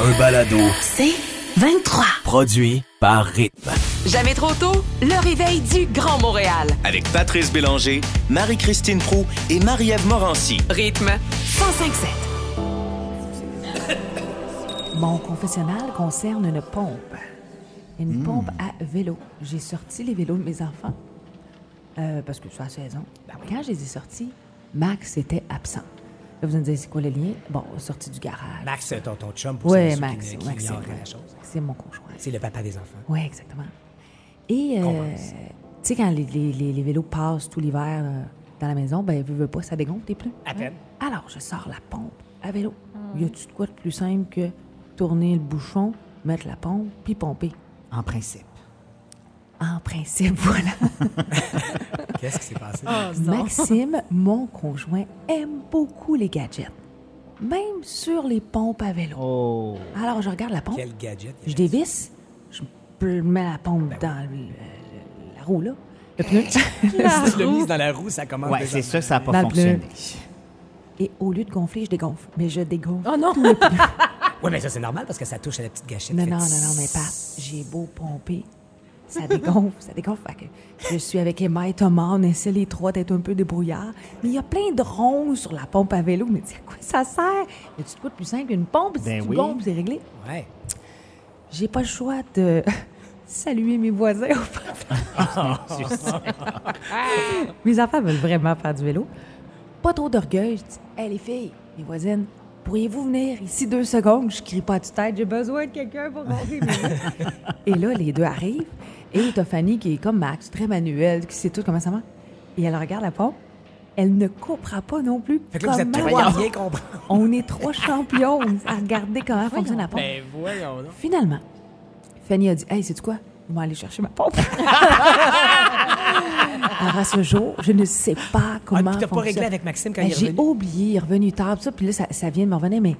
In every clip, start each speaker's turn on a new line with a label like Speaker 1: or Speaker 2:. Speaker 1: Un balado
Speaker 2: C'est 23.
Speaker 1: produit par Rythme.
Speaker 2: Jamais trop tôt, le réveil du Grand Montréal.
Speaker 3: avec Patrice Bélanger, Marie-Christine Prou et Marie-Ève Morancy.
Speaker 2: Rythme 1057.
Speaker 4: Mon confessionnal concerne une pompe.
Speaker 5: Hmm.
Speaker 4: Une pompe à vélo. J'ai sorti les vélos de mes enfants. euh, parce que c'est la saison. Ben Quand je les ai sortis, Max était absent. Là, vous me dites, c'est quoi le lien? Bon, sorti du garage.
Speaker 5: Max, c'est ton, ton chum pour
Speaker 4: Oui,
Speaker 5: ceux
Speaker 4: Max.
Speaker 5: qui, qui
Speaker 4: Max, c'est
Speaker 5: ignorent
Speaker 4: vrai.
Speaker 5: la chose.
Speaker 4: C'est mon conjoint.
Speaker 5: C'est le papa des enfants.
Speaker 4: Oui, exactement. Et, euh, tu sais, quand les, les- les- les vélos passent tout l'hiver euh, dans la maison, ben, veux, veux pas, ça dégonfle des pneus.
Speaker 5: À peine.
Speaker 4: Alors, je sors la pompe à vélo. Y a-tu de quoi de plus simple que tourner le bouchon, mettre la pompe, puis pomper?
Speaker 6: En principe.
Speaker 4: En principe, voilà.
Speaker 5: Qu'est-ce qui s'est passé?
Speaker 4: Ah. Maxime, mon conjoint, aime beaucoup les gadgets. Même sur les pompes à vélo.
Speaker 6: Oh.
Speaker 4: Alors, je regarde la pompe.
Speaker 5: Quel gadget? il
Speaker 4: Je
Speaker 5: y a
Speaker 4: dévisse, je pl- mets la pompe
Speaker 6: Ben
Speaker 4: dans le- le- la roue, là. Le pneu.
Speaker 5: là-dessus? Si tu l'as mise dans la roue, Ah, ça commence
Speaker 6: Ouais,
Speaker 5: déjà.
Speaker 6: c'est sûr, ça n'a pas
Speaker 4: Dans le
Speaker 6: fonctionné.
Speaker 4: Et au lieu de gonfler, je dégonfle. Mais je dégonfle.
Speaker 6: Ah
Speaker 5: Ouais, mais ça, c'est normal parce que ça touche à la petite gâchette.
Speaker 4: Non,
Speaker 5: Fait
Speaker 4: non, non,
Speaker 5: tss.
Speaker 4: non, mais Pat, j'ai beau pomper. Ça dégonfle, ça dégonfle. Fait que je suis avec Emma et Thomas, on essaie les trois d'être un peu débrouillards. Mais il y a plein de ronds sur la pompe à vélo. Mais tu sais, à quoi ça sert? Y a-tu de quoi de plus simple qu'une pompe?
Speaker 6: Ben
Speaker 4: si tu
Speaker 6: oui.
Speaker 4: gonfles, c'est réglé.
Speaker 5: Ouais.
Speaker 4: J'ai pas le choix de saluer mes voisins au passage. mes enfants veulent vraiment faire du vélo. Pas trop d'orgueil. Je dis Hé, les filles, les voisines, pourriez-vous venir ici deux secondes? Je crie pas à toute tête, j'ai besoin de quelqu'un pour gonfler mes vélos. Et là, les deux arrivent. Et t'as Fanny qui est comme Max, très manuelle, qui sait tout comment ça marche. Et elle regarde la pompe. Elle ne comprend pas non plus
Speaker 5: Fait que là,
Speaker 4: comment
Speaker 5: vous êtes trois bien comprendre.
Speaker 4: on est trois champions à regarder comment fonctionne la pompe.
Speaker 5: Ben, voyons donc.
Speaker 4: Finalement, Fanny a dit Hey, c'est quoi On va aller chercher ma pompe. Alors, à ce jour, je ne sais pas comment.
Speaker 5: Ah, puis t'as pas
Speaker 4: fonctionne.
Speaker 5: réglé avec Maxime quand
Speaker 4: Ben,
Speaker 5: il est
Speaker 4: J'ai
Speaker 5: revenu?
Speaker 4: oublié, il est revenu tard, puis ça, puis là, ça, ça vient de me revenir. Mais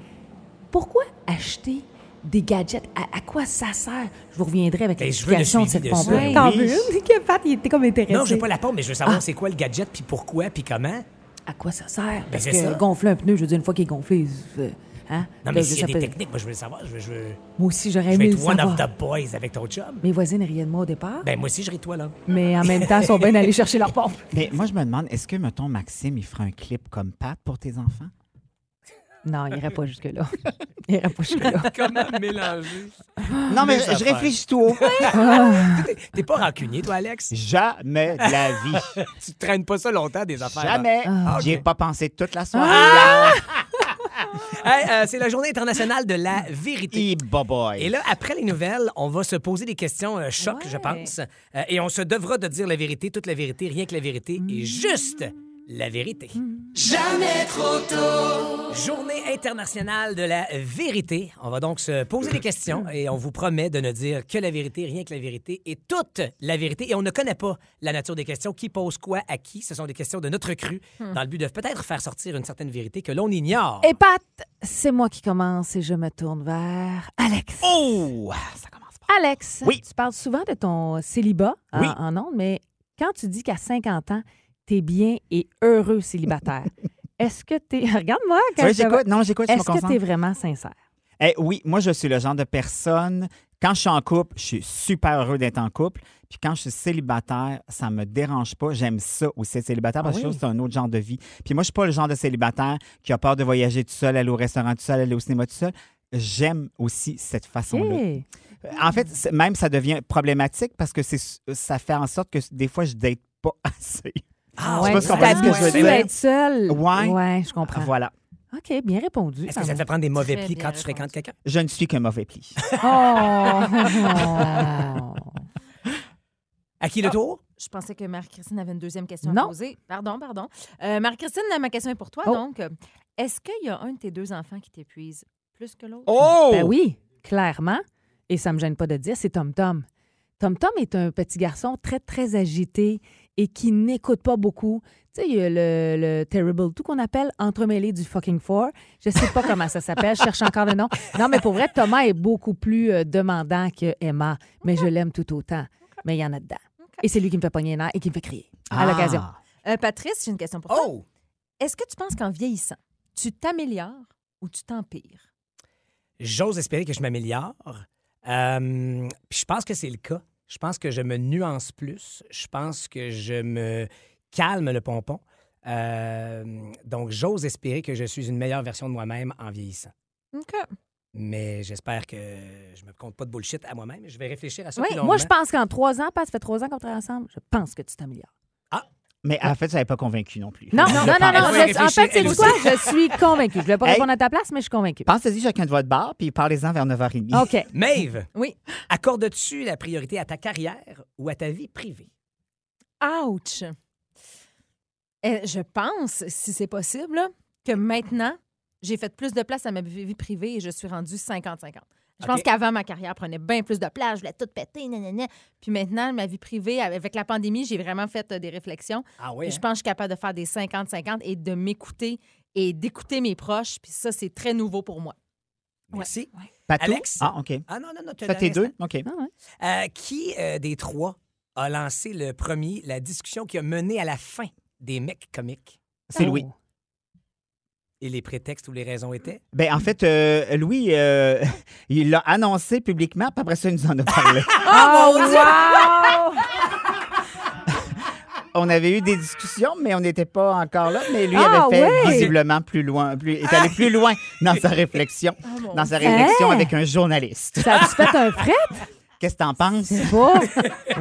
Speaker 4: pourquoi acheter des gadgets À, à quoi ça sert Je vous reviendrai avec
Speaker 5: Ben, je veux le
Speaker 4: l'explication de
Speaker 5: suivi
Speaker 4: cette
Speaker 5: de
Speaker 4: pompe-là.
Speaker 5: ça, Ben oui.
Speaker 4: T'en veux une Que Pat, il était comme intéressé.
Speaker 5: Non, j'ai pas la pompe, mais je veux savoir
Speaker 4: Ah.
Speaker 5: c'est quoi le gadget, puis pourquoi, puis comment.
Speaker 4: À quoi ça sert Parce
Speaker 5: Ben, c'est
Speaker 4: que
Speaker 5: ça.
Speaker 4: gonfler un pneu, je veux dire, une fois qu'il est gonflé, c'est- hein
Speaker 5: Non,
Speaker 4: Là,
Speaker 5: mais
Speaker 4: je
Speaker 5: s'il y a des
Speaker 4: s'appelle-
Speaker 5: techniques, moi, je veux le savoir. Je veux, je veux,
Speaker 4: Moi aussi, j'aurais
Speaker 5: je veux
Speaker 4: aimé le
Speaker 5: être one
Speaker 4: savoir.
Speaker 5: of the boys avec ton chum.
Speaker 4: Mes voisines riaient de moi au départ,
Speaker 5: Ben, moi aussi, je ris de toi, là.
Speaker 4: mais en même temps, elles sont bien allées chercher leur pompe.
Speaker 6: Mais moi, je me demande, est-ce que, mettons, Maxime, il fera un clip comme Pat pour tes enfants?
Speaker 4: Non, il n'irait pas jusque-là. Il n'irait pas jusque-là.
Speaker 5: Ah,
Speaker 6: Non, mais je, je réfléchis tout haut.
Speaker 5: T'es pas rancunier, toi, Alex?
Speaker 6: Jamais de la vie.
Speaker 5: Tu traînes pas ça longtemps, des affaires. là.
Speaker 6: Jamais.
Speaker 5: Ah.
Speaker 6: J'y ai
Speaker 5: Ok. Ah!
Speaker 6: pas pensé toute la soirée. là.
Speaker 5: Hey, euh, c'est la journée internationale de la vérité.
Speaker 6: Et boboy.
Speaker 5: Et là, après les nouvelles, on va se poser des questions euh, choc, je pense. Euh, et on se devra de dire la vérité, toute la vérité, rien que la vérité et juste la vérité. Jamais trop tôt. Journée internationale de la vérité. On va donc se poser des questions et on vous promet de ne dire que la vérité, rien que la vérité et toute la vérité. Et on ne connaît pas la nature des questions, qui pose quoi à qui. Ce sont des questions de notre cru dans le but de peut-être faire sortir une certaine vérité que l'on ignore.
Speaker 4: Et Pat, c'est moi qui commence et je me tourne vers Alex.
Speaker 6: Oh! Ça commence pas.
Speaker 4: Alex,
Speaker 6: Oui.
Speaker 4: tu parles souvent de ton célibat en,
Speaker 6: Oui.
Speaker 4: en ondes, mais quand tu dis qu'à 50 ans, t'es bien et heureux célibataire, est-ce que t'es... Regarde-moi quand
Speaker 6: Oui,
Speaker 4: je te vois.
Speaker 6: j'écoute. Non, j'écoute, je me
Speaker 4: Est-ce que
Speaker 6: concentre.
Speaker 4: t'es vraiment sincère?
Speaker 6: Eh oui, moi, je suis le genre de personne. Quand je suis en couple, je suis super heureux d'être en couple. Puis quand je suis célibataire, ça me dérange pas. J'aime ça aussi, être célibataire,
Speaker 4: Ah
Speaker 6: parce que je trouve que c'est un autre genre de vie. Puis moi, je suis pas le genre de célibataire qui a peur de voyager tout seul, aller au restaurant tout seul, aller au cinéma tout seul. J'aime aussi cette façon-là. Euh,
Speaker 4: Hey.
Speaker 6: En fait, c'est- même ça devient problématique parce que c'est ça fait en sorte que des fois, je date pas assez.
Speaker 5: Ah,
Speaker 6: ouais,
Speaker 5: ouais,
Speaker 6: pas si on comprends ce que je veux
Speaker 4: T'habitues
Speaker 6: dire.
Speaker 4: à être seule.
Speaker 6: Ouais.
Speaker 4: je comprends.
Speaker 6: Voilà.
Speaker 4: OK, bien répondu.
Speaker 5: Est-ce que ça te fait prendre des mauvais plis quand tu fréquentes quelqu'un?
Speaker 6: Je ne suis qu'un mauvais pli.
Speaker 4: Oh!
Speaker 5: À
Speaker 6: Ah.
Speaker 5: qui le tour?
Speaker 7: Je pensais que Marie-Christine avait une deuxième question
Speaker 4: Non.
Speaker 7: à poser. Pardon, pardon. Euh, Marie-Christine, ma question est pour toi.
Speaker 4: Oh.
Speaker 7: Donc, est-ce qu'il y a un de tes deux enfants qui t'épuise plus que l'autre?
Speaker 5: Oh!
Speaker 4: Ben oui, clairement. Et ça me gêne pas de dire, c'est Tom Tom. Tom Tom est un petit garçon très, très agité et qui n'écoute pas beaucoup. Tu sais, il y a le, le terrible, tout qu'on appelle entremêlé du fucking four. Je sais pas comment ça s'appelle, je cherche encore le nom. Non, mais pour vrai, Thomas est beaucoup plus euh, demandant que Emma, mais je l'aime tout autant. Mais il y en a dedans. Et c'est lui qui me fait pogner les nerfs et qui me fait crier à
Speaker 6: Ah.
Speaker 4: l'occasion.
Speaker 7: Euh, Patrice, j'ai une question pour toi.
Speaker 5: Oh!
Speaker 7: Est-ce que tu penses qu'en vieillissant, tu t'améliores ou tu t'empires?
Speaker 5: J'ose espérer que je m'améliore. Euh, puis je pense que c'est le cas. Je pense que je me nuance plus. Je pense que je me calme le pompon. Euh, donc, j'ose espérer que je suis une meilleure version de moi-même en vieillissant.
Speaker 7: OK.
Speaker 5: Mais j'espère que je me compte pas de bullshit à moi-même. Je vais réfléchir à ça.
Speaker 4: Oui,
Speaker 5: plus
Speaker 4: moi,
Speaker 5: longuement.
Speaker 4: je pense qu'en trois ans, parce que ça fait trois ans qu'on travaille ensemble, je pense que tu t'améliores.
Speaker 6: Mais en fait, ça n'avait pas convaincu non plus.
Speaker 4: Non, non, non, non.
Speaker 5: Elle
Speaker 4: je- en
Speaker 5: réfléchit,
Speaker 4: fait, c'est
Speaker 5: elle
Speaker 4: quoi? Je suis convaincue. Je ne vais pas
Speaker 6: Hey.
Speaker 4: répondre à ta place, mais je suis convaincue.
Speaker 6: Pensez-y chacun de votre bar, puis parlez-en vers 9h30.
Speaker 4: OK.
Speaker 5: Maeve,
Speaker 7: Oui.
Speaker 5: accordes-tu la priorité à ta carrière ou à ta vie privée?
Speaker 7: Ouch! Eh, je pense, si c'est possible, là, que maintenant, j'ai fait plus de place à ma vie vie privée et je suis rendue 50-50. Je pense
Speaker 5: OK.
Speaker 7: qu'avant, ma carrière prenait bien plus de place. Je voulais tout péter, nanana. Puis maintenant, ma vie privée, avec la pandémie, j'ai vraiment fait euh, des réflexions.
Speaker 5: Ah
Speaker 7: Puis
Speaker 5: oui.
Speaker 7: Je pense que je suis capable de faire des 50-50 et de m'écouter et d'écouter mes proches. Puis ça, c'est très nouveau pour moi.
Speaker 5: Merci.
Speaker 6: Patou?
Speaker 5: Alex?
Speaker 6: Ah, OK.
Speaker 5: Ah non, non, non. t'as
Speaker 6: Ça,
Speaker 5: le
Speaker 6: t'es
Speaker 5: reste,
Speaker 6: deux? OK.
Speaker 5: hein. Euh, qui euh, des trois a lancé le premier, la discussion qui a mené à la fin des mecs comiques?
Speaker 6: C'est Louis.
Speaker 4: Oh.
Speaker 5: Et les prétextes ou les raisons étaient?
Speaker 6: Ben, en fait, euh, Louis, euh, il l'a annoncé publiquement, puis après ça, il nous en a parlé.
Speaker 4: Ah,
Speaker 6: on avait eu des discussions, mais on n'était pas encore là. Mais lui
Speaker 4: Ah,
Speaker 6: avait fait
Speaker 4: ouais.
Speaker 6: visiblement plus loin, plus, est allé plus loin dans sa réflexion, dans sa réflexion
Speaker 4: Hein?
Speaker 6: avec un journaliste.
Speaker 4: Ça a-tu fait un fret?
Speaker 6: Qu'est-ce que t'en penses?
Speaker 4: Bon.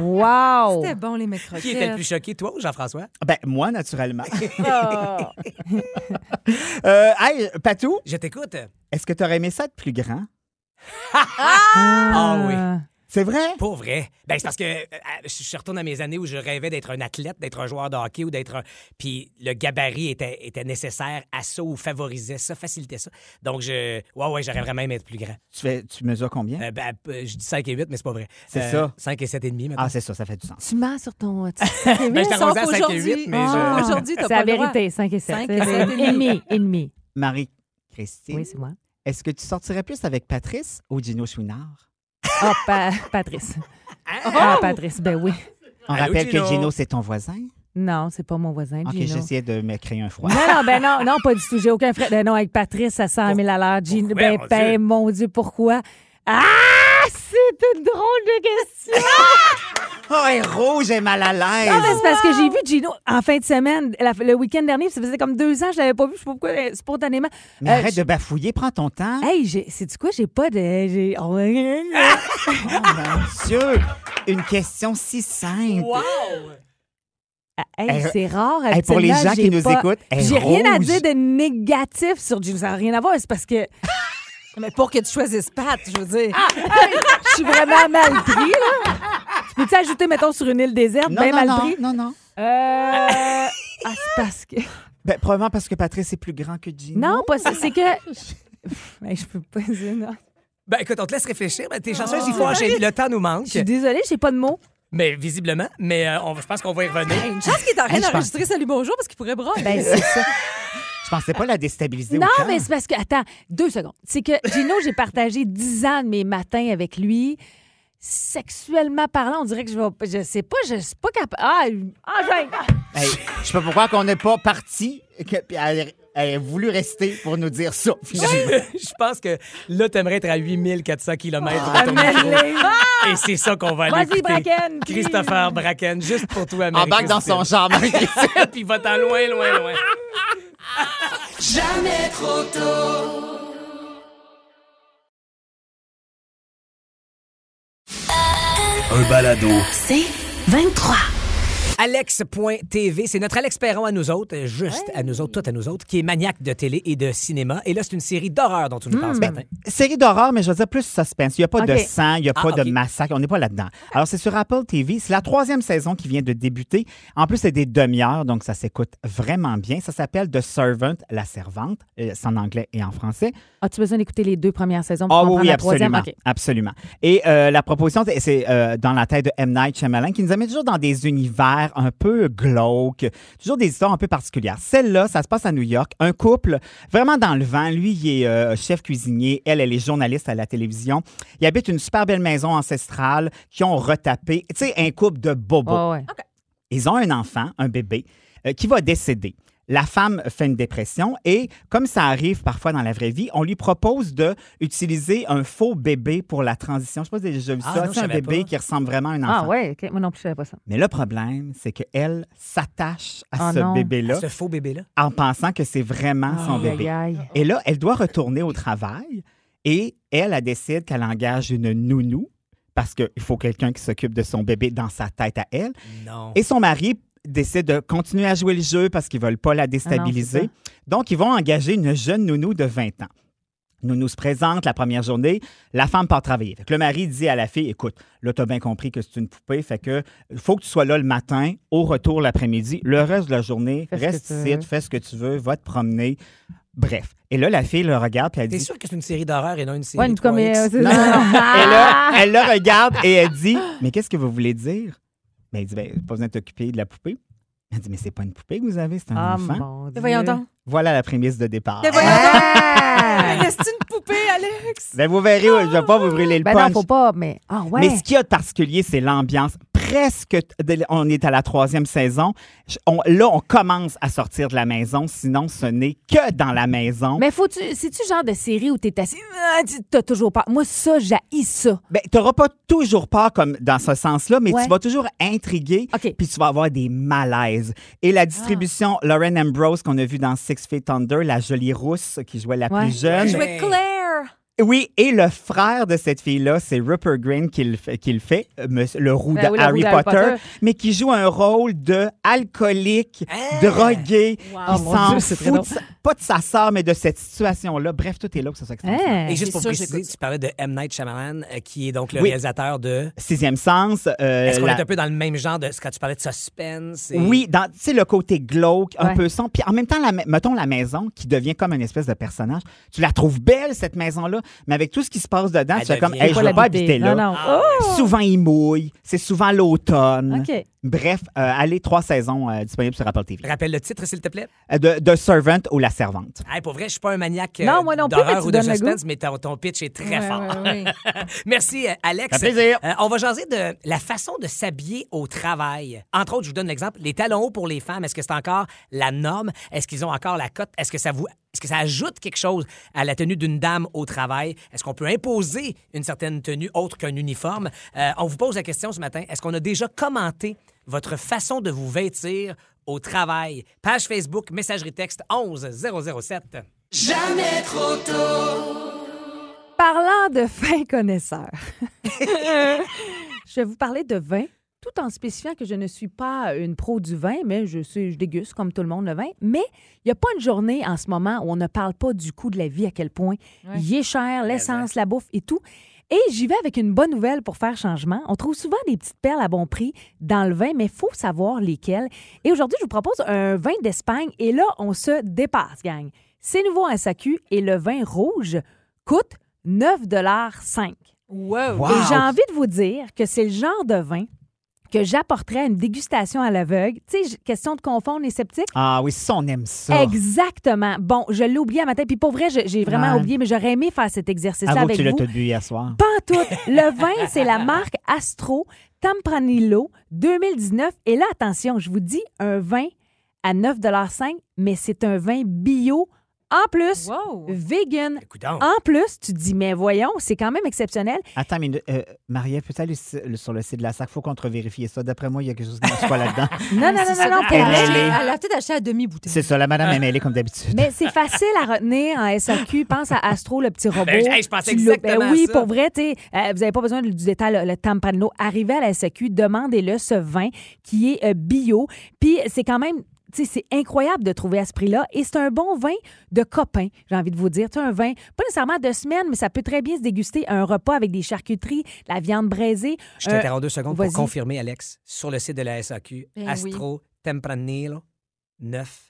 Speaker 4: Wow.
Speaker 7: C'était bon, les microchips.
Speaker 5: Oh. Qui était le plus choqué, toi ou Jean-François?
Speaker 6: Ben, moi, naturellement. Euh, hey, Patou,
Speaker 5: Je t'écoute.
Speaker 6: est-ce que t'aurais aimé ça être plus grand?
Speaker 5: Ah oui.
Speaker 4: Euh,
Speaker 6: C'est vrai?
Speaker 5: Pour vrai. Ben, c'est parce que euh, euh, je je retourne à mes années où je rêvais d'être un athlète, d'être un joueur de hockey ou d'être un. Puis le gabarit était, était nécessaire à ça ou favorisait ça, facilitait ça. Donc, je. Ouais, ouais, j'aurais vraiment aimé être plus grand.
Speaker 6: Tu, fais, tu mesures combien?
Speaker 5: Euh, ben, euh, je dis 5 et 8, mais c'est pas vrai.
Speaker 6: C'est ça.
Speaker 5: 5 et 7,5 maintenant.
Speaker 6: Ah, c'est ça, ça fait du sens.
Speaker 4: Tu mens sur ton. euh, tu-
Speaker 5: ben, je t'ai
Speaker 7: Sauf
Speaker 5: arrosé à 5 et 8,
Speaker 7: aujourd'hui.
Speaker 5: mais je-
Speaker 7: Ah.
Speaker 5: je.
Speaker 7: Aujourd'hui, t'as
Speaker 4: C'est
Speaker 7: pas
Speaker 4: la
Speaker 7: le droit.
Speaker 4: vérité, 5 et 7.
Speaker 7: Cinq et sept et demi.
Speaker 4: Ennemi, ennemi.
Speaker 6: Marie-Christine,
Speaker 4: Oui, c'est moi.
Speaker 6: est-ce que tu sortirais plus avec Patrice ou Gino Chouinard?
Speaker 4: Ah, pa- Patrice.
Speaker 5: Oh!
Speaker 4: Ah, Patrice, ben oui.
Speaker 6: On
Speaker 5: Allô,
Speaker 6: rappelle
Speaker 5: Gino.
Speaker 6: que Gino, c'est ton voisin.
Speaker 4: Non, c'est pas mon voisin,
Speaker 6: OK,
Speaker 4: Gino.
Speaker 6: j'essayais de me créer un froid.
Speaker 4: Non, non, ben non, non, pas du tout. J'ai aucun frais. Ben non, avec Patrice, ça 100 000 à l'heure. Gino,
Speaker 5: Pourquoi,
Speaker 4: ben,
Speaker 5: mon
Speaker 4: ben,
Speaker 5: Dieu?
Speaker 4: mon Dieu, pourquoi? Ah, c'est une drôle de question!
Speaker 6: Oh, elle est rouge et mal à l'aise.
Speaker 4: Ah, ben, c'est parce que j'ai vu Gino en fin de semaine, la- le week-end dernier, ça faisait comme deux ans, je l'avais pas vu, je sais pas pourquoi, euh, spontanément.
Speaker 6: Mais
Speaker 4: Euh,
Speaker 6: arrête de bafouiller, prends ton temps.
Speaker 4: Hey, j'ai- sais-tu quoi? J'ai pas de. j'ai- oh, euh,
Speaker 6: Oh mon Dieu! Une question si simple.
Speaker 4: hey,
Speaker 6: Elle-
Speaker 4: c'est rare.
Speaker 6: Hey, pour les
Speaker 4: habituellement,
Speaker 6: gens qui
Speaker 4: j'ai
Speaker 6: nous
Speaker 4: pas-
Speaker 6: écoutent, elle
Speaker 4: J'ai rien à
Speaker 6: rouge.
Speaker 4: dire de négatif sur Gino. Ça n'a rien à voir. C'est parce que
Speaker 7: Mais pour que tu choisisses Pat, je veux dire.
Speaker 4: Ah, je suis vraiment mal pris, là. Je peux-tu ajouter, mettons, sur une île déserte,
Speaker 6: Non,
Speaker 4: bien
Speaker 6: non,
Speaker 4: mal
Speaker 6: non,
Speaker 4: pris?
Speaker 6: non, non.
Speaker 4: Euh... ah, c'est parce que.
Speaker 6: Ben, probablement parce que Patrice est plus grand que Gino.
Speaker 4: Non, pas ça. C'est que. Ben, je peux pas dire non.
Speaker 5: Ben, écoute, on te laisse réfléchir. Ben, t'es chanceuse, il faut enchaîner. Le temps nous manque.
Speaker 4: Je suis désolée, Ah. j'ai pas de mots.
Speaker 5: Mais visiblement, mais euh, on, je pense qu'on va
Speaker 4: Ah,
Speaker 5: y revenir.
Speaker 7: Une chance qu'il est en train
Speaker 6: Hey, je pense-
Speaker 7: d'enregistrer Salut Bonjour parce qu'il pourrait brailler.
Speaker 4: Ben, c'est ça.
Speaker 6: Je pensais pas la déstabiliser
Speaker 4: Non,
Speaker 6: autant.
Speaker 4: mais c'est parce que. Attends, deux secondes. C'est que Gino, j'ai partagé dix ans de mes matins avec lui. Sexuellement parlant, on dirait que je vais. Je sais pas, je suis pas capable. Ah, ah, j'ai- ah.
Speaker 6: Hey, je sais pas pourquoi qu'on n'est pas parti. que- puis Elle, elle a voulu rester pour nous dire ça. finalement.
Speaker 5: je pense que là, t'aimerais être à 8400 km de ton micro.
Speaker 4: Amène-les.
Speaker 5: Et c'est ça qu'on va aller
Speaker 4: Ah, Vas-y,
Speaker 5: écouter.
Speaker 4: Bracken, please.
Speaker 5: Christopher Bracken, juste pour toi, Marie
Speaker 6: Embarque dans son genre, Marie.
Speaker 5: Puis va-t'en loin, loin, loin.
Speaker 1: Un balado.
Speaker 2: C'est 23.
Speaker 5: Alex.tv, c'est notre Alex Perron à nous autres, juste à nous autres, tout à nous autres, qui est maniaque de télé et de cinéma. Et là, c'est une série d'horreur dont tu
Speaker 4: Hmm.
Speaker 5: nous parles
Speaker 4: Ben,
Speaker 5: ce matin.
Speaker 6: Série d'horreur, mais je veux dire plus suspense. Il n'y a pas
Speaker 4: OK.
Speaker 6: de sang, il n'y a
Speaker 5: Ah,
Speaker 6: pas
Speaker 5: OK.
Speaker 6: de massacre. On n'est pas là-dedans. Alors, c'est sur Apple TV. C'est la troisième saison qui vient de débuter. En plus, c'est des demi-heures, donc ça s'écoute vraiment bien. Ça s'appelle The Servant, la servante. euh, C'est en anglais et en français.
Speaker 4: As-tu besoin d'écouter les deux premières saisons pour
Speaker 6: Ah oui,
Speaker 4: comprendre
Speaker 6: oui,
Speaker 4: la
Speaker 6: absolument.
Speaker 4: troisième? OK.
Speaker 6: Absolument. Et euh, la proposition, c'est- c'est euh, dans la tête de M. Night Shyamalan, qui nous amène toujours dans des univers un peu glauques, toujours des histoires un peu particulières. Celle-là, ça se passe à New York. Un couple vraiment dans le vent. Lui, il est euh, chef cuisinier. Elle, elle est journaliste à la télévision. Ils habitent une super belle maison ancestrale qui ont retapé.
Speaker 4: Oh,
Speaker 6: Tu sais, un couple de bobos.
Speaker 4: Ouais, ouais.
Speaker 6: Ils ont un enfant, un bébé, euh, qui va décéder. La femme fait une dépression et, comme ça arrive parfois dans la vraie vie, on lui propose de utiliser un faux bébé pour la transition. Je sais pas si vous avez déjà vu
Speaker 5: Ah
Speaker 6: ça.
Speaker 5: non, je
Speaker 6: C'est un
Speaker 5: savais
Speaker 6: bébé
Speaker 5: pas.
Speaker 6: qui ressemble vraiment à un enfant.
Speaker 4: Ah ouais, ok. moi non plus, je savais pas ça.
Speaker 6: Mais le problème, c'est qu'elle s'attache à
Speaker 4: Ah
Speaker 6: ce
Speaker 4: non.
Speaker 6: bébé-là
Speaker 5: Ce faux bébé-là.
Speaker 6: en pensant que c'est vraiment son bébé.
Speaker 4: Aïe, aïe.
Speaker 6: Et là, elle doit retourner au travail et elle, elle décide qu'elle engage une nounou parce qu'il faut quelqu'un qui s'occupe de son bébé dans sa tête à elle.
Speaker 5: Non.
Speaker 6: Et son mari décide de continuer à jouer le jeu parce qu'ils ne veulent pas la déstabiliser.
Speaker 4: Ah non,
Speaker 6: Donc, ils vont engager une jeune nounou de 20 ans. Nounou se présente la première journée, la femme part travailler. Fait que le mari dit à la fille, écoute, là, t'as bien compris que c'est une poupée, fait que faut que tu sois là le matin, au retour l'après-midi, le reste de la journée,
Speaker 4: Fais ce que
Speaker 6: reste
Speaker 4: tu
Speaker 6: ici,
Speaker 4: veux.
Speaker 6: fais ce que tu veux, va te promener. Bref. Et là, la fille le regarde, puis elle
Speaker 5: T'es
Speaker 6: dit...
Speaker 5: sûr que c'est une série d'horreur et non une série
Speaker 4: Ouais, une
Speaker 5: 3X?
Speaker 4: comédie. c'est
Speaker 6: Non, non,
Speaker 4: ça.
Speaker 6: non. Et
Speaker 4: Ah!
Speaker 6: là, elle le regarde et elle dit Mais qu'est-ce que vous voulez dire Mais elle dit ben, Pas besoin de t'occuper de la poupée. Elle dit Mais c'est pas une poupée que vous avez, c'est un
Speaker 4: Ah,
Speaker 6: enfant.
Speaker 4: mon Dieu.
Speaker 7: Voyons donc.
Speaker 6: Voilà la prémisse de départ.
Speaker 7: Mais voyons donc.
Speaker 4: Ah!
Speaker 7: Mais C'est une poupée, Alex.
Speaker 6: Ben, vous verrez, je vais pas vous brûler le
Speaker 4: Ben non,
Speaker 6: punch.
Speaker 4: faut pas, mais. Ah ouais.
Speaker 6: Mais ce qu'il y a de particulier, c'est l'ambiance. Presque, de- on est à la troisième saison. Je- on- là, on commence à sortir de la maison, sinon ce n'est que dans la maison.
Speaker 4: Mais faut-tu. C'est-tu le genre de série où t'es assis. Ah, tu- T'as toujours peur. Moi, ça, j'haïs ça.
Speaker 6: Ben, tu n'auras pas toujours peur comme dans ce sens-là, mais
Speaker 4: Ouais.
Speaker 6: tu vas toujours intriguer,
Speaker 4: OK.
Speaker 6: puis tu vas avoir des malaises. Et la distribution,
Speaker 4: Ah.
Speaker 6: Lauren Ambrose, qu'on a vu dans Six Feet Thunder, la jolie rousse qui jouait la
Speaker 4: Ouais.
Speaker 6: plus jeune.
Speaker 7: Je jouais Claire.
Speaker 6: Oui, et le frère de cette fille-là, c'est Rupert Green qui le fait, qui le, fait euh, monsieur- le roux
Speaker 4: Ben
Speaker 6: de
Speaker 4: oui, le roux
Speaker 6: Harry
Speaker 4: d'Harry
Speaker 6: Potter,
Speaker 4: Potter.
Speaker 6: mais qui joue un rôle de alcoolique,
Speaker 5: Hein?
Speaker 6: drogué,
Speaker 4: Ah. Oh,
Speaker 6: qui
Speaker 4: mon
Speaker 6: s'en
Speaker 4: Dieu, c'est très
Speaker 6: fout de
Speaker 4: drôle.
Speaker 6: sa- pas de sa sœur, mais de cette situation-là. Bref, tout est là pour que ça soit extraordinaire.
Speaker 4: Hein?
Speaker 5: Et juste pour
Speaker 7: sûr,
Speaker 5: préciser,
Speaker 7: Ben, j'écoute.
Speaker 5: tu parlais de M. Night Shyamalan, euh, qui est donc le
Speaker 6: Oui.
Speaker 5: réalisateur de...
Speaker 6: Sixième sens. euh,
Speaker 5: Est-ce qu'on
Speaker 6: la-
Speaker 5: est un peu dans le même genre de... Quand tu parlais de suspense et-
Speaker 6: Oui, dans tu sais, le côté glauque, un
Speaker 4: Ouais.
Speaker 6: peu sombre. Puis en même temps, la, ma- mettons la maison qui devient comme une espèce de personnage. Tu la trouves belle, cette maison-là, mais avec tout ce qui se passe dedans,
Speaker 5: Elle
Speaker 6: tu fais comme,
Speaker 5: devient-
Speaker 6: hey, je
Speaker 5: Faut
Speaker 6: veux pas
Speaker 4: l'habiter.
Speaker 6: habiter là.
Speaker 4: Non, non.
Speaker 5: Ah,
Speaker 6: Souvent, il mouille. C'est souvent l'automne.
Speaker 4: OK.
Speaker 6: Bref, euh, allez, trois saisons euh, disponibles sur Apple TV.
Speaker 5: Rappelle le titre, s'il te plaît.
Speaker 6: Euh, De, de Servant ou La Servante.
Speaker 5: Hey, pour vrai, je suis pas un maniaque euh,
Speaker 4: Non, moi non plus, mais
Speaker 5: d'horreur
Speaker 4: tu
Speaker 5: ou de
Speaker 4: donnes le
Speaker 5: suspense, mais ton, ton pitch est très fort.
Speaker 7: Ouais, ouais, ouais.
Speaker 5: Merci, euh, Alex.
Speaker 6: Ça fait plaisir.
Speaker 5: Euh, on va jaser de la façon de s'habiller au travail. Entre autres, je vous donne l'exemple, les talons hauts pour les femmes, est-ce que c'est encore la norme? Est-ce qu'ils ont encore la cote? Est-ce que ça vous... Est-ce que ça ajoute quelque chose à la tenue d'une dame au travail? Est-ce qu'on peut imposer une certaine tenue autre qu'un uniforme? Euh, on vous pose la question ce matin. Est-ce qu'on a déjà commenté votre façon de vous vêtir au travail? Page Facebook, messagerie texte 11 007.
Speaker 4: Parlant de fin connaisseur, je vais vous parler de vin, tout en spécifiant que je ne suis pas une pro du vin, mais je, sais, je déguste comme tout le monde le vin. Mais il n'y a pas une journée en ce moment où on ne parle pas du coût de la vie, à quel point
Speaker 7: Ouais.
Speaker 4: il est cher, l'essence, la bouffe et tout. Et j'y vais avec une bonne nouvelle pour faire changement. On trouve souvent des petites perles à bon prix dans le vin, mais il faut savoir lesquelles. Et aujourd'hui, je vous propose un vin d'Espagne. Et là, on se dépasse, gang. C'est nouveau à SAQ et le vin rouge coûte 9,5
Speaker 7: Wow.
Speaker 6: Wow.
Speaker 4: et j'ai envie de vous dire que c'est le genre de vin que j'apporterais à une dégustation à l'aveugle. Tu sais, j- question de confondre les sceptiques.
Speaker 6: Ah oui, ça, on aime ça.
Speaker 4: Exactement. Bon, je l'ai oublié à matin. Puis pour vrai, je- j'ai vraiment
Speaker 6: Ouais.
Speaker 4: oublié, mais j'aurais aimé faire cet exercice-là
Speaker 6: Avoue que
Speaker 4: avec
Speaker 6: tu l'as
Speaker 4: vous.
Speaker 6: tout bu hier soir.
Speaker 4: Pas en tout. Le vin, c'est la marque Astro Tampranillo 2019. Et là, attention, je vous dis un vin à 9,5 mais c'est un vin bio en plus,
Speaker 7: Wow.
Speaker 4: vegan.
Speaker 5: Écoute donc.
Speaker 4: En plus, tu te dis, mais voyons, c'est quand même exceptionnel.
Speaker 6: Attends une minute. Euh, Marie-Ève, peut-être aller sur le- sur le site de la SAC, faut contre-vérifier ça. D'après moi, il y a quelque chose qui ne marche pas là-dedans.
Speaker 4: Non, non, non,
Speaker 7: C'est
Speaker 4: non, non,
Speaker 7: ça.
Speaker 4: pour
Speaker 7: Elle a
Speaker 4: vrai,
Speaker 6: Elle
Speaker 7: acheté-
Speaker 6: est-
Speaker 7: elle a peut-être acheté à demi-bouteille.
Speaker 6: C'est ça, la madame aime aller comme d'habitude.
Speaker 4: Mais c'est facile à retenir en SAQ. Pense à Astro, le petit robot.
Speaker 5: Ben, hey, je pensais
Speaker 4: Tu l'as-
Speaker 5: exactement
Speaker 4: ben oui,
Speaker 5: ça.
Speaker 4: pour vrai, tu sais, euh, vous n'avez pas besoin du détail, le, le Tampanello. Arrivez à la SAQ, demandez-le ce vin qui est euh, bio. Puis c'est quand même. tu sais, C'est incroyable de trouver à ce prix-là. Et c'est un bon vin de copain, j'ai envie de vous dire. Tu sais, un vin, pas nécessairement de semaine, mais ça peut très bien se déguster à un repas avec des charcuteries, la viande braisée.
Speaker 5: Je
Speaker 4: un-
Speaker 5: t'interromps deux secondes pour
Speaker 4: Euh, vas-y. Eh
Speaker 5: confirmer, Alex, sur le site de la SAQ,
Speaker 7: Ben oui.
Speaker 5: Astro Tempranillo 905.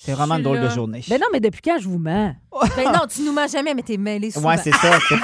Speaker 6: C'est vraiment une
Speaker 7: Je suis
Speaker 6: drôle de
Speaker 7: là.
Speaker 6: journée.
Speaker 4: Ben non, mais depuis quand je vous mens?
Speaker 7: Ben non, tu nous mens jamais, mais t'es mêlé souvent.
Speaker 6: Ouais, c'est ça. C'est-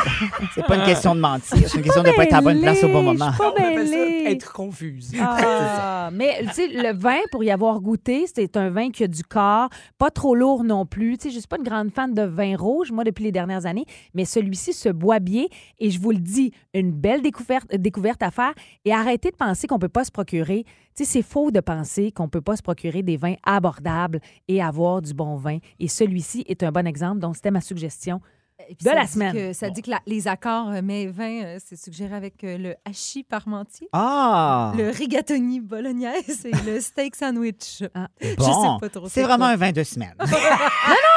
Speaker 6: C'est pas une question de mentir, c'est une question de ne pas être à la bonne place au bon moment.
Speaker 4: Pas
Speaker 5: On appelle ça
Speaker 4: mêlée.
Speaker 5: être confuse.
Speaker 4: ben, Ah, mais tu sais, le vin, pour y avoir goûté, c'est un vin qui a du corps, pas trop lourd non plus. Tu sais, je suis pas une grande fan de vin rouge, moi, depuis les dernières années, mais celui-ci se boit bien et je vous le dis, une belle découverte, euh, découverte à faire et arrêtez de penser qu'on peut pas se procurer. Tu sais, c'est faux de penser qu'on peut pas se procurer des vins abordables table et avoir du bon vin. Et celui-ci est un bon exemple. Donc, c'était ma suggestion.
Speaker 7: Et puis
Speaker 4: De
Speaker 7: ça
Speaker 4: la
Speaker 7: dit
Speaker 4: semaine.
Speaker 7: que- ça dit que la- les accords euh, mais 20, euh, c'est suggéré avec euh, le hachis parmentier,
Speaker 6: Ah!
Speaker 7: le rigatoni bolognaise et le steak sandwich.
Speaker 4: Ah.
Speaker 6: Bon,
Speaker 7: pas trop
Speaker 6: c'est
Speaker 7: c'est
Speaker 6: vraiment
Speaker 7: quoi.
Speaker 6: un vin de semaine.
Speaker 4: Non,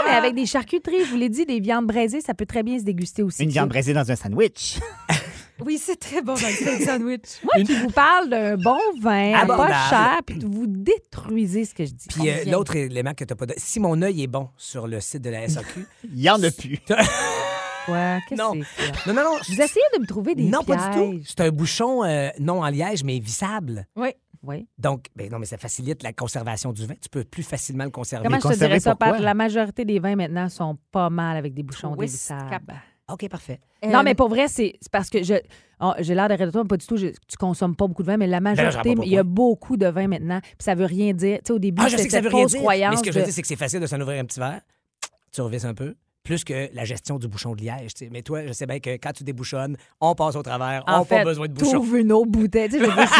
Speaker 4: mais avec des charcuteries, je vous l'ai dit, des viandes braisées, ça peut très bien se déguster aussi.
Speaker 6: Une viande braisée dans un sandwich.
Speaker 7: Oui, c'est très bon dans le steak sandwich.
Speaker 4: Moi qui vous parle d'un bon vin,
Speaker 5: Abordable.
Speaker 4: pas cher, puis vous détruisez ce que je dis.
Speaker 5: Puis euh, l'autre élément que t'as pas donné, si mon œil est bon sur le site de la SAQ.
Speaker 6: Il n'y en a plus.
Speaker 4: Quoi? Qu'est-ce
Speaker 5: Non.
Speaker 4: que c'est que ça?
Speaker 5: non, non, non.
Speaker 4: Vous essayez de me trouver des
Speaker 5: non, pas du tout.
Speaker 4: pièges.
Speaker 5: C'est un bouchon euh, non en liège, mais vissable.
Speaker 4: Oui.
Speaker 5: Donc, ben non, mais ça facilite la conservation du vin. Tu peux plus facilement le conserver.
Speaker 4: Comment je te
Speaker 6: conserver
Speaker 4: dirais ça,
Speaker 6: pourquoi?
Speaker 4: Pat? La majorité des vins maintenant sont pas mal avec des bouchons
Speaker 7: Twist
Speaker 4: dévissables.
Speaker 7: cap.
Speaker 5: OK, parfait.
Speaker 4: Non,
Speaker 7: Euh,
Speaker 4: mais pour vrai, c'est c'est parce que je. oh, J'ai l'air d'arrêter toi, mais pas du tout. je- tu consommes pas beaucoup de vin, mais la
Speaker 5: j'en
Speaker 4: majorité,
Speaker 5: bois pas
Speaker 4: il y a beaucoup de vin maintenant. Puis ça veut rien dire. Tu sais, au début,
Speaker 5: Ah, je sais
Speaker 4: c'était
Speaker 5: que ça
Speaker 4: cette
Speaker 5: veut rien
Speaker 4: fausse
Speaker 5: dire.
Speaker 4: croyance.
Speaker 5: Mais ce que je veux
Speaker 4: de-
Speaker 5: dire, c'est que c'est facile de s'en ouvrir un petit verre. Tu revisses un peu. Plus que la gestion du bouchon de liège. tu sais. Mais toi, je sais bien que quand tu débouchonnes, on passe au travers, on
Speaker 4: En
Speaker 5: n'a
Speaker 4: fait,
Speaker 5: pas besoin de bouchon.
Speaker 4: trouve une autre bouteille. Tu sais, je veux dire, c'est-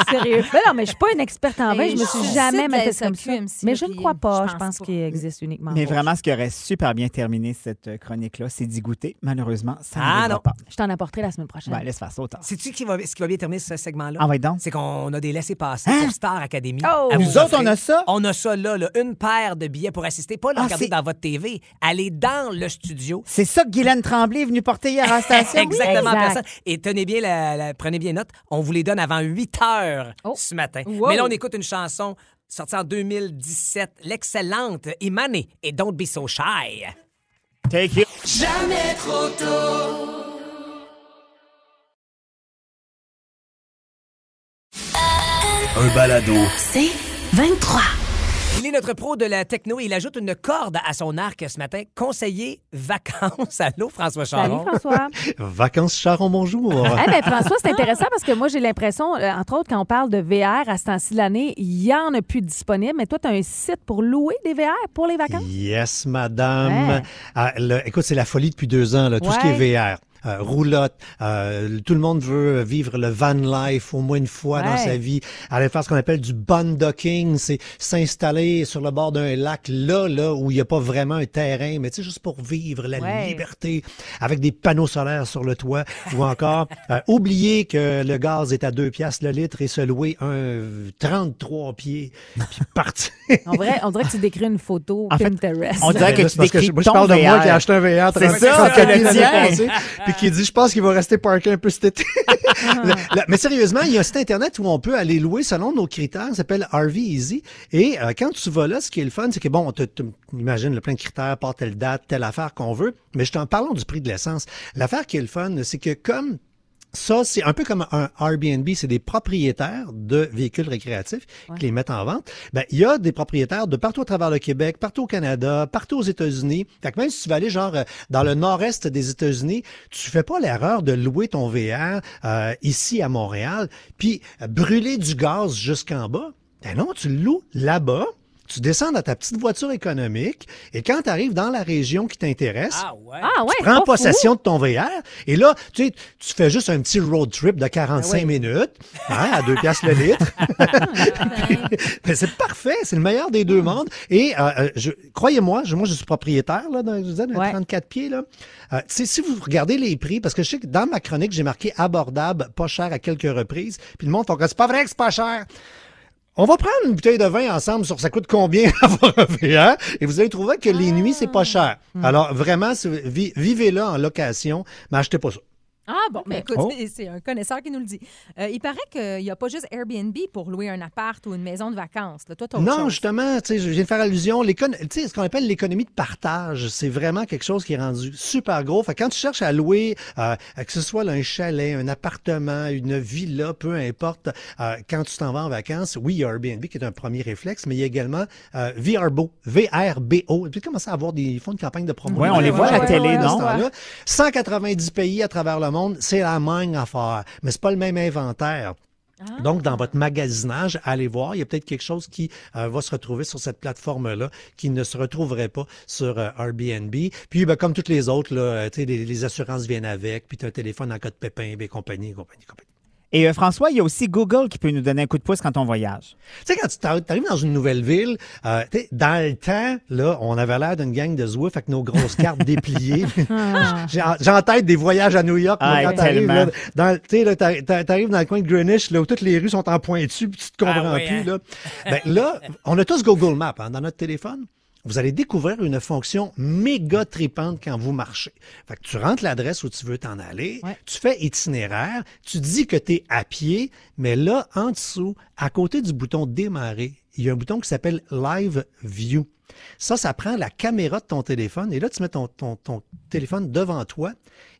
Speaker 4: c'est- c'est- Sérieux. Mais non, mais je suis pas une experte en vin.
Speaker 7: Et
Speaker 4: Je me suis
Speaker 7: je
Speaker 4: jamais
Speaker 7: cite
Speaker 4: manifestée
Speaker 7: la
Speaker 4: comme ça.
Speaker 7: SAQMC,
Speaker 4: Mais je ne
Speaker 7: puis
Speaker 4: crois pas.
Speaker 7: je
Speaker 4: Je
Speaker 7: pense
Speaker 4: pense
Speaker 7: pas.
Speaker 4: qu'il existe uniquement.
Speaker 6: Mais
Speaker 4: en
Speaker 6: vraiment, ce qui aurait super bien terminé cette euh, chronique-là, c'est d'y goûter. Malheureusement, ça
Speaker 5: Ah,
Speaker 6: n'arrivera
Speaker 5: non.
Speaker 6: pas.
Speaker 4: rouge. Je t'en apporterai la semaine prochaine.
Speaker 6: Ben, laisse faire ça au tard.
Speaker 5: Sais-tu qui va- ce qui va bien terminer ce segment-là?
Speaker 6: Ah, ouais, donc.
Speaker 5: C'est qu'on a des laissés-passer pour Star Academy.
Speaker 4: Oh!
Speaker 5: à vous
Speaker 6: Nous autres,
Speaker 5: offrir.
Speaker 6: on a ça?
Speaker 5: On a ça là, là, une paire de billets pour assister, pas le
Speaker 6: Ah,
Speaker 5: regarder
Speaker 6: c'est-
Speaker 5: dans votre TV, aller dans le studio.
Speaker 6: C'est ça que Guylaine Tremblay est venue porter hier à la station. oui?
Speaker 5: Exactement, en
Speaker 4: Exact.
Speaker 5: personne. Et tenez bien, la- la- prenez bien note, on vous les donne avant 8 heures
Speaker 4: Oh.
Speaker 5: ce matin.
Speaker 7: Wow.
Speaker 5: Mais là, on écoute une chanson sortie en 2017, l'excellente Imane et Don't Be So Shy.
Speaker 6: Take it.
Speaker 1: un balado,
Speaker 2: C'est 23.
Speaker 5: Il est notre pro de la techno et il ajoute une corde à son arc ce matin. Conseiller vacances. Allô, François
Speaker 4: Salut
Speaker 5: Charon.
Speaker 4: François.
Speaker 8: Vacances Charon, bonjour.
Speaker 4: Eh ben, François, c'est intéressant parce que moi, j'ai l'impression, euh, entre autres, quand on parle de VR à ce temps-ci de l'année, il n'y en a plus de disponible. Mais toi, tu as un site pour louer des VR pour les vacances?
Speaker 8: Yes, madame.
Speaker 4: Ouais.
Speaker 8: Ah, le- écoute, c'est la folie depuis deux ans, là, tout ce qui
Speaker 4: Ouais.
Speaker 8: est VR. euh, roulotte, euh, tout le monde veut vivre le van life au moins une fois dans
Speaker 4: Ouais.
Speaker 8: sa vie. Aller faire ce qu'on appelle du bundocking, c'est s'installer sur le bord d'un lac, là, là, où il n'y a pas vraiment un terrain, mais tu sais, juste pour vivre la
Speaker 4: Ouais.
Speaker 8: liberté, avec des panneaux solaires sur le toit, ou encore euh, oublier que le gaz est à deux piastres le litre et se louer un euh, 33 pieds, puis partir
Speaker 4: On dirait, on dirait que tu décris une photo
Speaker 6: En fait,
Speaker 4: Pinterest.
Speaker 6: On dirait
Speaker 8: Ben
Speaker 6: que
Speaker 8: là,
Speaker 6: tu
Speaker 8: c'est parce
Speaker 6: décris
Speaker 8: je- moi, je
Speaker 6: ton
Speaker 8: parle de moi
Speaker 6: VR.
Speaker 8: qui a acheté un VR
Speaker 6: C'est
Speaker 8: 30
Speaker 6: ça,
Speaker 8: $50
Speaker 6: c'est le
Speaker 8: l'année
Speaker 6: tien.
Speaker 8: passée, puis qui dit, je pense qu'il va rester parké un peu cet été.
Speaker 6: Ah.
Speaker 8: Le- le- mais sérieusement, il y a un site Internet où on peut aller louer selon nos critères, ça s'appelle RV Easy, et euh, quand tu vas là, ce qui est le fun, c'est que, bon, tu imagines le plein de critères, par telle date, telle affaire qu'on veut, mais je t'en parlons du prix de l'essence. L'affaire qui est le fun, c'est que comme ça, c'est un peu comme un Airbnb, c'est des propriétaires de véhicules récréatifs qui les mettent en vente. Ben, il y a des propriétaires de partout à travers le Québec, partout au Canada, partout aux États-Unis. Fait que même si tu vas aller genre euh, dans le nord-est des États-Unis, tu fais pas l'erreur de louer ton VR euh, ici à Montréal, puis euh, brûler du gaz jusqu'en bas. Ben non, tu le loues là-bas. Tu descends dans ta petite voiture économique et quand tu arrives dans la région qui t'intéresse,
Speaker 5: Ah ouais.
Speaker 4: ah ouais,
Speaker 8: tu prends
Speaker 4: pas fou.
Speaker 8: possession de ton VR et là, tu, sais, tu fais juste un petit road trip de 45
Speaker 4: Ah
Speaker 8: minutes hein, à deux piastres le litre.
Speaker 4: ben.
Speaker 8: Mais c'est parfait, c'est le meilleur des deux mondes. Et euh, euh, je- croyez-moi, je- moi je suis propriétaire là, d'un, je disais, d'un
Speaker 4: Ouais.
Speaker 8: 34 pieds. Là. Euh, tu sais, si vous regardez les prix, parce que je sais que dans ma chronique, j'ai marqué abordable, pas cher à quelques reprises, puis le monde font que c'est pas vrai que c'est pas cher. On va prendre une bouteille de vin ensemble sur ça coûte combien avoir un VR et vous allez trouver que les nuits, c'est pas
Speaker 7: Ah.
Speaker 8: cher.
Speaker 7: Hmm.
Speaker 8: Alors vraiment, si vous- vi- vivez-le en location, mais achetez pas ça.
Speaker 7: Ah bon, mais écoute,
Speaker 8: Oh.
Speaker 7: c'est- c'est un connaisseur qui nous le dit. Euh, il paraît qu'il n'y a pas juste Airbnb pour louer un appart ou une maison de vacances. Là, toi, t'as autre
Speaker 8: Non,
Speaker 7: chose.
Speaker 8: justement, tu sais, je viens de faire allusion. l'écon- Tu sais, ce qu'on appelle l'économie de partage, c'est vraiment quelque chose qui est rendu super gros. Fait que quand tu cherches à louer, euh, que ce soit là, un chalet, un appartement, une villa, peu importe, euh, quand tu t'en vas en vacances, oui, il y a Airbnb qui est un premier réflexe, mais il y a également euh, VRBO, VRBO. Et puis, commencer à avoir des ils font une campagne de promotion.
Speaker 6: Ouais, on les voit à la
Speaker 8: ouais,
Speaker 6: télé,
Speaker 8: ouais,
Speaker 6: non?
Speaker 8: dans ce temps-là. 190 pays à travers le monde, c'est la même affaire, mais c'est pas le même inventaire. Donc, dans votre magasinage, allez voir, il y a peut-être quelque chose qui euh, va se retrouver sur cette plateforme-là qui ne se retrouverait pas sur euh, Airbnb. Puis, ben, comme toutes les autres, là, euh, tu sais, les, les assurances viennent avec, puis tu as un téléphone en cas de pépin, ben, compagnie, compagnie, compagnie.
Speaker 6: Et euh, François, il y a aussi Google qui peut nous donner un coup de pouce quand on voyage.
Speaker 8: Tu sais, quand tu t'arri- t'arrives dans une nouvelle ville, euh, tu sais, dans le temps, là, on avait l'air d'une gang de zouifs avec nos grosses cartes dépliées.
Speaker 5: Ah.
Speaker 8: J'ai en- j'ai en tête des voyages à New York. moi,
Speaker 6: Ah,
Speaker 8: quand t'arrives,
Speaker 6: tellement.
Speaker 8: là, dans, le- tu sais, là, t'arri- t'arri- t'arrives dans le coin de Greenwich, là, où toutes les rues sont en pointu, puis tu te comprends
Speaker 5: Ah ouais,
Speaker 8: plus.
Speaker 5: hein.
Speaker 8: Là. Ben, là, on a tous Google Maps hein, dans notre téléphone. Vous allez découvrir une fonction méga tripante quand vous marchez. Fait que tu rentres l'adresse où tu veux t'en aller,
Speaker 4: Ouais.
Speaker 8: tu fais itinéraire, tu dis que tu es à pied, mais là, en dessous, à côté du bouton démarrer, il y a un bouton qui s'appelle Live View. Ça, ça prend la caméra de ton téléphone et là, tu mets ton, ton- ton téléphone devant toi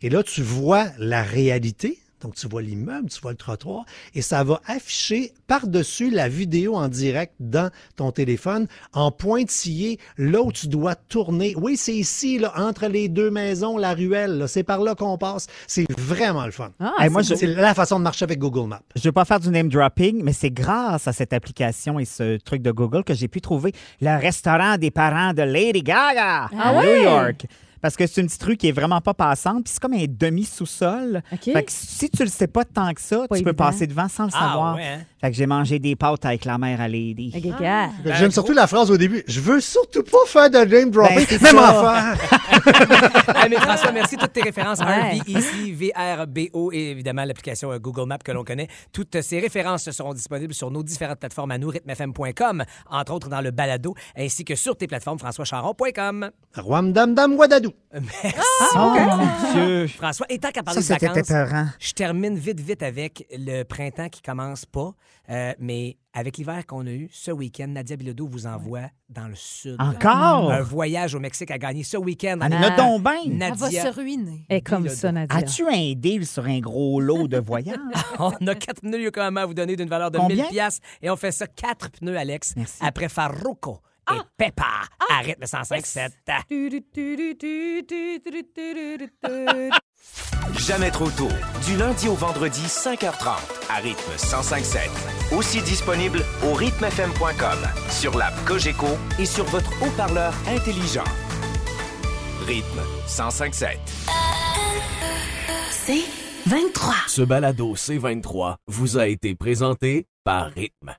Speaker 8: et là, tu vois la réalité. Donc, tu vois l'immeuble, tu vois le trottoir et ça va afficher par-dessus la vidéo en direct dans ton téléphone en pointillé là où tu dois tourner. Oui, c'est ici, là, entre les deux maisons, la ruelle. là, c'est par là qu'on passe. C'est vraiment le fun.
Speaker 4: Ah,
Speaker 6: Hey, moi, je,
Speaker 8: C'est la façon de marcher avec Google Maps.
Speaker 6: Je ne veux pas faire du name dropping, mais c'est grâce à cette application et ce truc de Google que j'ai pu trouver le restaurant des parents de Lady Gaga
Speaker 4: Ah
Speaker 6: à New York. Parce que c'est une petite rue qui est vraiment pas passante, puis c'est comme un demi-sous-sol.
Speaker 4: OK.
Speaker 6: Fait que si tu le sais pas tant que ça,
Speaker 4: Pas
Speaker 6: tu peux
Speaker 4: évident.
Speaker 6: passer devant sans le
Speaker 5: Ah,
Speaker 6: savoir.
Speaker 5: ouais, hein?
Speaker 6: Fait que j'ai mangé des pâtes avec la mère à Lady.
Speaker 4: Ok, gars.
Speaker 6: Ben,
Speaker 8: J'aime surtout la phrase au début. Je veux surtout pas faire de name dropping,
Speaker 6: Ben, c'est
Speaker 8: même
Speaker 6: ça.
Speaker 8: en faire.
Speaker 5: Ah, mais François, merci. Toutes tes références,
Speaker 4: Ouais.
Speaker 5: RV, ici, VRBO et évidemment l'application euh, Google Maps que l'on connaît. Toutes ces références seront disponibles sur nos différentes plateformes à nous, rythmefm.com, entre autres dans le balado, ainsi que sur tes plateformes françoischarron.com.
Speaker 8: Rwam dam dam wadadou.
Speaker 4: Ah,
Speaker 6: Oh mon Dieu!
Speaker 5: François, et tant qu'à parler
Speaker 6: Ça,
Speaker 5: de
Speaker 6: c'était
Speaker 5: vacances,
Speaker 6: épeurant.
Speaker 5: je termine vite, vite avec le printemps qui commence pas, euh, mais avec l'hiver qu'on a eu ce week-end, Nadia Bilodeau vous envoie dans le sud.
Speaker 4: Ah.
Speaker 6: Ah. Encore?
Speaker 5: Un voyage au Mexique à gagner ce week-end.
Speaker 6: On est là donc ben.
Speaker 7: Elle va
Speaker 5: Nadia,
Speaker 7: se ruiner.
Speaker 4: Et comme ça, Nadia.
Speaker 6: As-tu un deal sur un gros lot de voyage?
Speaker 5: on a quatre pneus Yokohama à vous donner d'une valeur de
Speaker 6: Combien?
Speaker 5: 1000 piastres et on fait ça quatre pneus, Alex,
Speaker 6: Merci. Ah!
Speaker 5: après Farruko et Peppa à rythme 105.7.
Speaker 3: Jamais trop tôt. Du lundi au vendredi, 5h30, à rythme 105.7. Aussi disponible au rythmefm.com, sur l'app Cogeco et sur votre haut-parleur intelligent. Rythme 105.7.
Speaker 2: C'est 23.
Speaker 1: Ce balado C23 vous a été présenté par Rythme.